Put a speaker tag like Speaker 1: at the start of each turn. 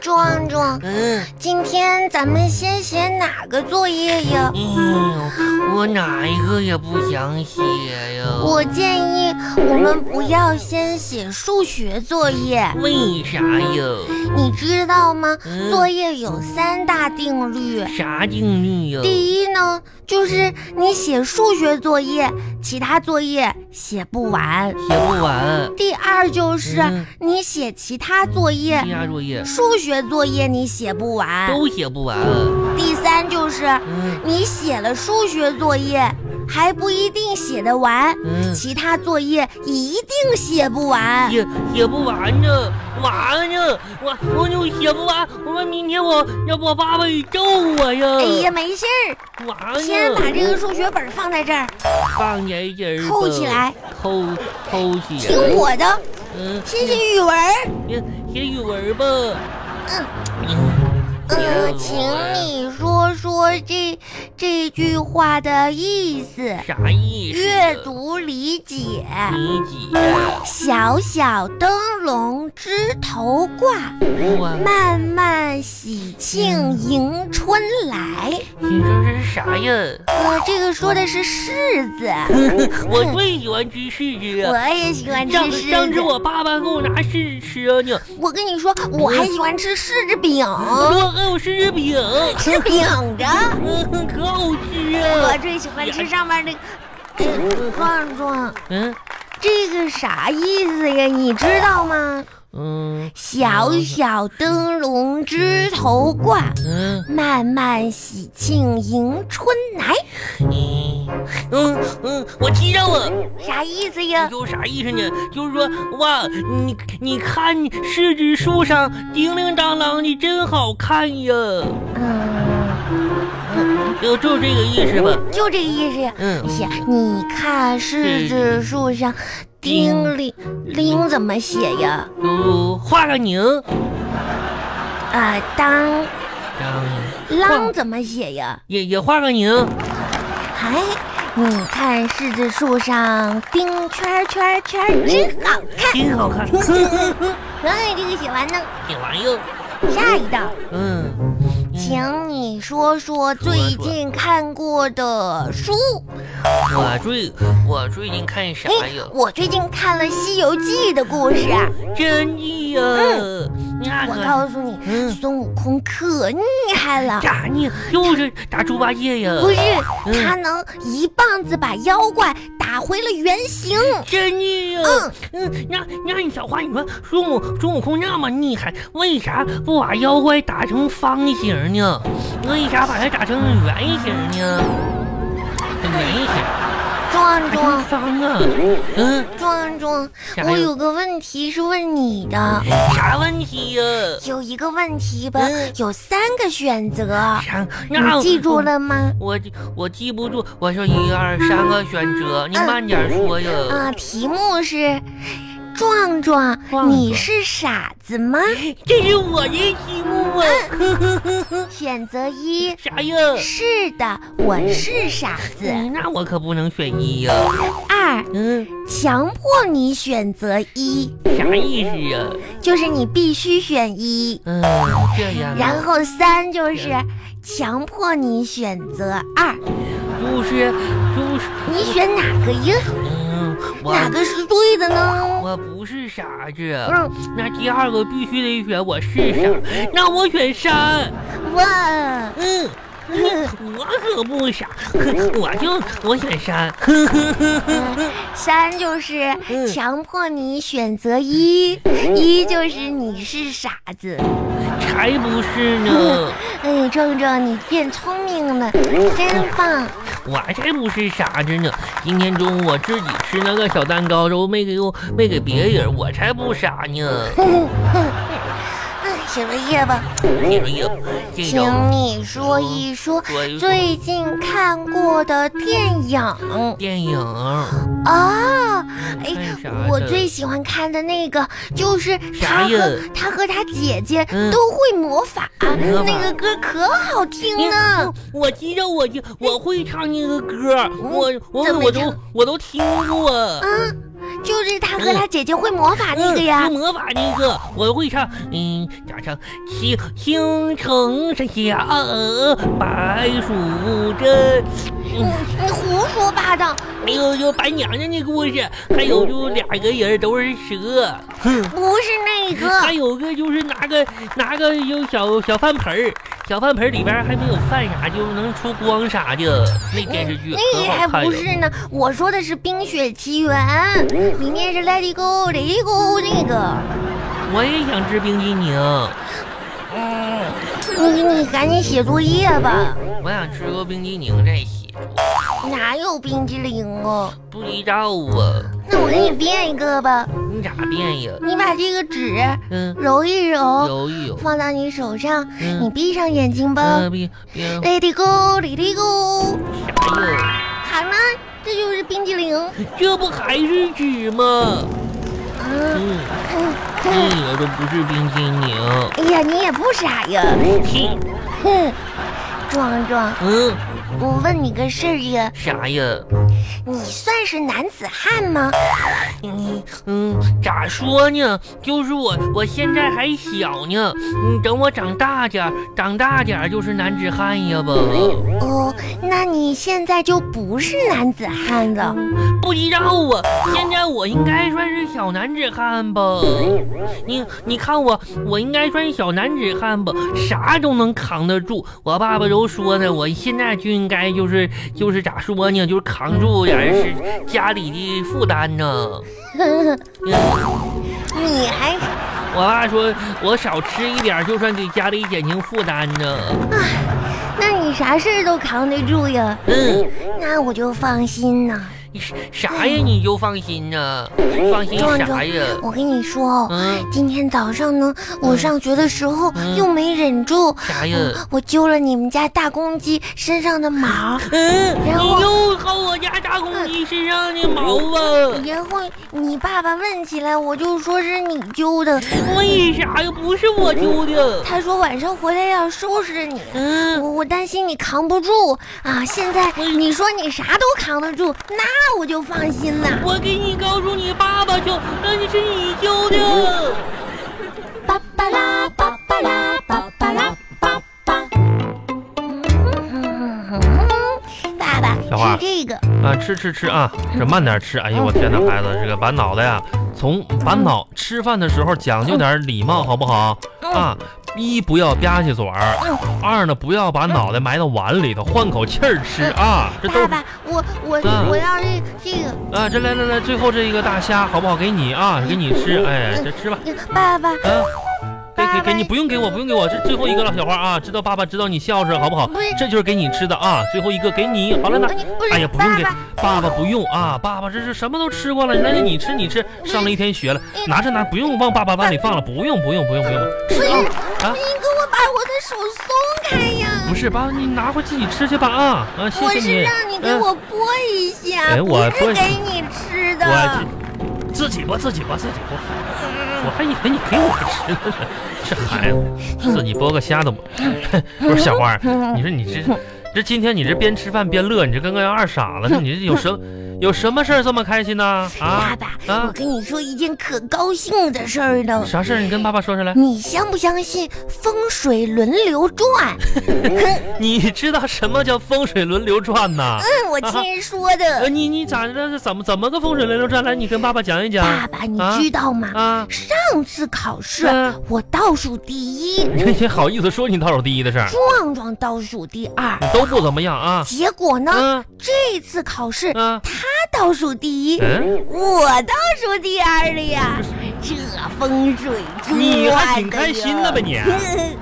Speaker 1: 壮壮，
Speaker 2: 嗯
Speaker 1: 今天咱们先写哪个作业呀？
Speaker 2: 嗯，哎我哪一个也不想写呀。
Speaker 1: 我建议我们不要先写数学作业，
Speaker 2: 为啥呀？
Speaker 1: 你知道吗？
Speaker 2: 嗯
Speaker 1: 作业有三大定律。
Speaker 2: 啥定律呀？
Speaker 1: 第一呢，就是你写数学作业，其他作业写不完；
Speaker 2: 写不完。
Speaker 1: 第二就是
Speaker 2: 嗯
Speaker 1: 你写其他作业，
Speaker 2: 第二作业
Speaker 1: 数学作业你写不完；
Speaker 2: 都写不完。
Speaker 1: 第三就是
Speaker 2: 嗯
Speaker 1: 你写了数学作业，还不一定写得完，
Speaker 2: 嗯，哎
Speaker 1: 其他作业一定写不完。
Speaker 2: 写写不完呢，完呢，我我就写不完。我说明天我要我爸爸揍我呀。
Speaker 1: 哎呀，没事儿，
Speaker 2: 完呢！
Speaker 1: 先把这个数学本放在这儿，
Speaker 2: 放在一儿
Speaker 1: 扣起来，
Speaker 2: 扣扣起
Speaker 1: 听
Speaker 2: 来。
Speaker 1: 我的，
Speaker 2: 嗯，
Speaker 1: 先写语文儿。
Speaker 2: 写写语文吧。
Speaker 1: 呃，
Speaker 2: 嗯
Speaker 1: 请你说说这这句话的意思。
Speaker 2: 啥意思？
Speaker 1: 阅读理解：
Speaker 2: 理解。
Speaker 1: 小小灯笼枝头挂，
Speaker 2: 哇，
Speaker 1: 漫漫喜庆迎春来。
Speaker 2: 你说这是啥呀？
Speaker 1: 呃，这个说的是柿子，
Speaker 2: 我最喜欢吃柿子了。
Speaker 1: 我也喜欢吃
Speaker 2: 上上
Speaker 1: 柿
Speaker 2: 次
Speaker 1: 子。
Speaker 2: 我爸爸给我拿柿子吃啊呢，
Speaker 1: 我跟你说，我还喜欢吃柿子饼，
Speaker 2: 我还有柿子饼，
Speaker 1: 吃饼着。
Speaker 2: 嗯，可好吃
Speaker 1: 我
Speaker 2: 啊！
Speaker 1: 最喜欢吃上面那个。哎，壮壮。
Speaker 2: 嗯
Speaker 1: 这个啥意思呀？你知道吗？
Speaker 2: 嗯
Speaker 1: 小小灯笼枝头挂，
Speaker 2: 嗯
Speaker 1: 漫漫喜庆迎春来。
Speaker 2: 嗯嗯，我知道了。
Speaker 1: 啥意思呀？
Speaker 2: 有啥意思呢？就是说，哇，你你看柿子树上叮铃当啷的，真好看呀！
Speaker 1: 嗯，
Speaker 2: 就就这个意思吧。
Speaker 1: 就这个意思呀。
Speaker 2: 嗯，
Speaker 1: 呀，啊你看柿子树上叮铃铃怎么写呀？
Speaker 2: 就画个宁，
Speaker 1: 啊，当
Speaker 2: 当
Speaker 1: 啷怎么写呀？
Speaker 2: 也也画个宁，
Speaker 1: 哎，你看柿子树上叮圈圈圈，真好看。
Speaker 2: 真好看。
Speaker 1: 哎，这个写完呢，
Speaker 2: 这玩意儿，
Speaker 1: 下一道。
Speaker 2: 嗯，
Speaker 1: 请你说说最近看过的书。
Speaker 2: 嗯我最我最近看啥
Speaker 1: 哎
Speaker 2: 呀，？
Speaker 1: 我最近看了《西游记》的故事。啊
Speaker 2: 真的呀，那
Speaker 1: 嗯我
Speaker 2: 个
Speaker 1: 告诉你，
Speaker 2: 嗯
Speaker 1: 孙悟空可厉害了，
Speaker 2: 咋呢？又是打猪八戒呀？
Speaker 1: 不是
Speaker 2: 嗯
Speaker 1: 他能一棒子把妖怪打回了原形。
Speaker 2: 真的呀，嗯，那那你小花，你说孙悟孙悟空那么厉害，为啥不把妖怪打成方形呢？为啥把它打成圆形呢？圆形
Speaker 1: 壮
Speaker 2: 打成
Speaker 1: 壮，
Speaker 2: 方啊？嗯，
Speaker 1: 壮壮，
Speaker 2: 啥呀
Speaker 1: 我有个问题是问你的，
Speaker 2: 啥问题呀、
Speaker 1: 有一个问题吧
Speaker 2: 嗯，
Speaker 1: 有三个选择，
Speaker 2: 啥？
Speaker 1: 你
Speaker 2: 那
Speaker 1: 记住？了吗？
Speaker 2: 我我记不住，我说一二三个选择，你
Speaker 1: 嗯
Speaker 2: 慢点说呀。
Speaker 1: 啊，题目是：壮壮，
Speaker 2: 壮
Speaker 1: 你
Speaker 2: 壮
Speaker 1: 是傻子 吗？
Speaker 2: 这是我的题目啊！
Speaker 1: 选择一，
Speaker 2: 啥呀？
Speaker 1: 嗯是啊的，我是傻子。
Speaker 2: 嗯那我可不能选一呀、
Speaker 1: 二，
Speaker 2: 嗯，
Speaker 1: 强迫你选择一，
Speaker 2: 啥意思呀、
Speaker 1: 就是你必须选一。
Speaker 2: 嗯，这样
Speaker 1: 然
Speaker 2: 啊，
Speaker 1: 后三就是
Speaker 2: 嗯
Speaker 1: 强迫你选择二，
Speaker 2: 就是就是，
Speaker 1: 你选哪个呀？
Speaker 2: 嗯，
Speaker 1: 哪
Speaker 2: 我
Speaker 1: 个是对的呢？
Speaker 2: 我不是傻子，
Speaker 1: 嗯，
Speaker 2: 那第二个必须得选我是傻，那我选三，
Speaker 1: 哇，
Speaker 2: 嗯，我可不傻，
Speaker 1: 嗯
Speaker 2: 我就我选三，
Speaker 1: 三就是
Speaker 2: 嗯
Speaker 1: 强迫你选择一，一就是你是傻子。
Speaker 2: 才不是呢，
Speaker 1: 哎，壮壮，你变聪明了，真棒！
Speaker 2: 我才不是傻子呢。今天中午我自己吃那个小蛋糕都没给我没给别人，我才不傻呢。
Speaker 1: 哎，写作业吧，
Speaker 2: 你说也这
Speaker 1: 请
Speaker 2: 种
Speaker 1: 你说一说
Speaker 2: 说一说
Speaker 1: 最近看过的电影
Speaker 2: 电影
Speaker 1: 啊。哎
Speaker 2: 看啥的，
Speaker 1: 我最喜欢看的那个就是他
Speaker 2: 啥呀
Speaker 1: 和他和他姐姐
Speaker 2: 嗯
Speaker 1: 都会魔法，
Speaker 2: 魔法
Speaker 1: 那个歌可好听
Speaker 2: 嗯
Speaker 1: 了。
Speaker 2: 我记着我就我会唱那个歌，我我
Speaker 1: 怎么
Speaker 2: 我
Speaker 1: 嗯唱
Speaker 2: 都我都听过。
Speaker 1: 嗯，就是他和他姐姐会魔法那个呀
Speaker 2: 是。魔法那个，我会唱，嗯，咋唱？星星辰闪霞，呃白素贞，
Speaker 1: 嗯，你胡说八道！
Speaker 2: 还有就白娘娘的故事，还有就两个人都是蛇，哼，
Speaker 1: 不是那
Speaker 2: 还
Speaker 1: 个，
Speaker 2: 有个就是拿个拿个有小小饭盆儿，小饭盆儿里边还没有饭啥，就能出光啥的，那电视剧
Speaker 1: 嗯那
Speaker 2: 很
Speaker 1: 个
Speaker 2: 哎好
Speaker 1: 还
Speaker 2: 看
Speaker 1: 不
Speaker 2: 的。
Speaker 1: 是呢。我说的是《冰雪奇缘》，里面是 Let It Go Let It Go 那个。
Speaker 2: 我也想吃冰激凌，
Speaker 1: 你你赶紧写作业吧，
Speaker 2: 我想吃个冰激凌再写，
Speaker 1: 哪有冰激凌啊？
Speaker 2: 不知道啊，
Speaker 1: 那我给你编一个吧，
Speaker 2: 你咋变呀？
Speaker 1: 你把这个纸
Speaker 2: 嗯，
Speaker 1: 揉一揉，
Speaker 2: 有有。
Speaker 1: 放到你手上，
Speaker 2: 嗯
Speaker 1: 你闭上眼睛吧
Speaker 2: 嗯，别别啥
Speaker 1: ，Let It Go Let It Go。
Speaker 2: 呀？
Speaker 1: 好呢，这就是冰激凌。
Speaker 2: 这不还是纸吗？
Speaker 1: 嗯
Speaker 2: 嗯，
Speaker 1: 嗯
Speaker 2: 这
Speaker 1: 嗯，
Speaker 2: 个都不是冰激凌。
Speaker 1: 哎呀，你也不傻呀，
Speaker 2: 屁，
Speaker 1: 哼。壮壮，
Speaker 2: 嗯，
Speaker 1: 我问你个事儿呀，
Speaker 2: 啥呀？
Speaker 1: 你算是男子汉吗？
Speaker 2: 嗯嗯，咋说呢？就是我我现在还小呢，嗯，等我长大点儿，长大点儿就是男子汉呀吧。
Speaker 1: 哦，那你现在就不是男子汉了。
Speaker 2: 不知道啊，现在我应该算是小男子汉吧？你你看我，我应该算小男子汉吧？啥都能扛得住。我爸爸都说呢，我现在就应该就是就是咋说呢，就是扛住点儿是家里的负担呢。嗯
Speaker 1: 你还
Speaker 2: 我爸说我少吃一点儿，就算给家里减轻负担呢。
Speaker 1: 那你啥事儿都扛得住呀？
Speaker 2: 嗯，
Speaker 1: 那我就放心了。
Speaker 2: 你啥呀？你就放心呐、放心
Speaker 1: 壮壮
Speaker 2: 啥呀？，
Speaker 1: 我跟你说哦，
Speaker 2: 嗯，
Speaker 1: 今天早上呢，我
Speaker 2: 嗯
Speaker 1: 上学的时候
Speaker 2: 嗯
Speaker 1: 又没忍住，
Speaker 2: 啥呀？
Speaker 1: 我揪了你们家大公鸡身上的 毛，
Speaker 2: 嗯，
Speaker 1: 然
Speaker 2: 你
Speaker 1: 后
Speaker 2: 又薅我家大公鸡身上的毛啊吧？
Speaker 1: 然后你爸爸问起来，我就说是你揪的。
Speaker 2: 为啥呀？不是我揪的。
Speaker 1: 他说晚上回来要收拾你，
Speaker 2: 嗯，
Speaker 1: 我我担心你扛不住啊。现在你说你啥都扛得住，那我就放心了。
Speaker 2: 我给你告诉你爸爸揪，那是你揪的。
Speaker 1: 巴巴拉巴巴拉巴巴拉巴巴。嗯爸爸
Speaker 3: 小花
Speaker 1: 吃这个，
Speaker 3: 啊，吃吃吃啊，这慢点吃。哎呦，我天哪，孩子，这个板脑袋呀、从板脑吃饭的时候讲究点礼貌，好不好？啊，一不要吧唧嘴儿，二呢不要把脑袋埋到碗里头，换口气儿吃啊。这都
Speaker 1: 爸爸，我我
Speaker 3: 嗯
Speaker 1: 我要这这个，
Speaker 3: 啊，这来来来，最后这一个大虾好不好？给你啊，给你吃，哎，这吃吧。
Speaker 1: 爸爸
Speaker 3: 啊，
Speaker 1: 爸爸
Speaker 3: 给给给你，不用给我，不用给我，这最后一个了，小花啊，知道爸爸知道你孝顺，好不好
Speaker 1: 不是？嗯
Speaker 3: 这就是给你吃的啊，最后一个给你，好了呢。
Speaker 1: 你不是
Speaker 3: 哎呀，不用
Speaker 1: 爸
Speaker 3: 给
Speaker 1: 爸，
Speaker 3: 爸爸，不用啊，爸爸这是什么都吃过了，那就你吃你吃，上了一天学了，拿着拿，不用往爸爸碗里放了，不用不用不用不用，
Speaker 1: 不
Speaker 3: 吃
Speaker 1: 是，
Speaker 3: 啊啊
Speaker 1: 你，给我把我的手松开呀！
Speaker 3: 不是爸，你拿回自己吃去吧啊啊，谢
Speaker 1: 我
Speaker 3: 谢
Speaker 1: 是
Speaker 3: 你，嗯
Speaker 1: 让你给我拨一下，
Speaker 3: 哎
Speaker 1: 不是
Speaker 3: 我拨
Speaker 1: 给你吃的。
Speaker 3: 我自己吧自己吧自己吧，我还以为你给我吃呢，这孩子自己剥个虾都不， 不是小花儿，你说你这这今天你这边吃饭边乐，你这跟个二傻子似的，你这有什么有什么事儿这么开心呢
Speaker 1: 爸
Speaker 3: 啊？
Speaker 1: 爸，
Speaker 3: 啊
Speaker 1: 我跟你说一件可高兴的事儿呢。
Speaker 3: 啥事儿？你跟爸爸说说来。
Speaker 1: 你相不相信风水轮流 转？嗯哼
Speaker 3: 你知道什么叫风水轮流转呐？
Speaker 1: 嗯，我亲人说
Speaker 3: 呃，
Speaker 1: 的。
Speaker 3: 你你咋这是怎么怎么个风水轮流转？来，你跟爸爸讲一讲
Speaker 1: 爸爸，你
Speaker 3: 啊
Speaker 1: 知道吗？
Speaker 3: 啊！
Speaker 1: 上次考试
Speaker 3: 嗯
Speaker 1: 我倒数第一，
Speaker 3: 你也好意思说你倒数第一的事儿，
Speaker 1: 壮壮倒数第二，
Speaker 3: 你都不怎么样啊？
Speaker 1: 结果呢？
Speaker 3: 嗯
Speaker 1: 这次考试他
Speaker 3: 嗯
Speaker 1: 倒数第一，
Speaker 3: 嗯，
Speaker 1: 我倒数第二了呀！这风水
Speaker 3: 你还挺
Speaker 1: 转的
Speaker 3: 开心的
Speaker 1: 呀
Speaker 3: 吧你啊
Speaker 1: 哼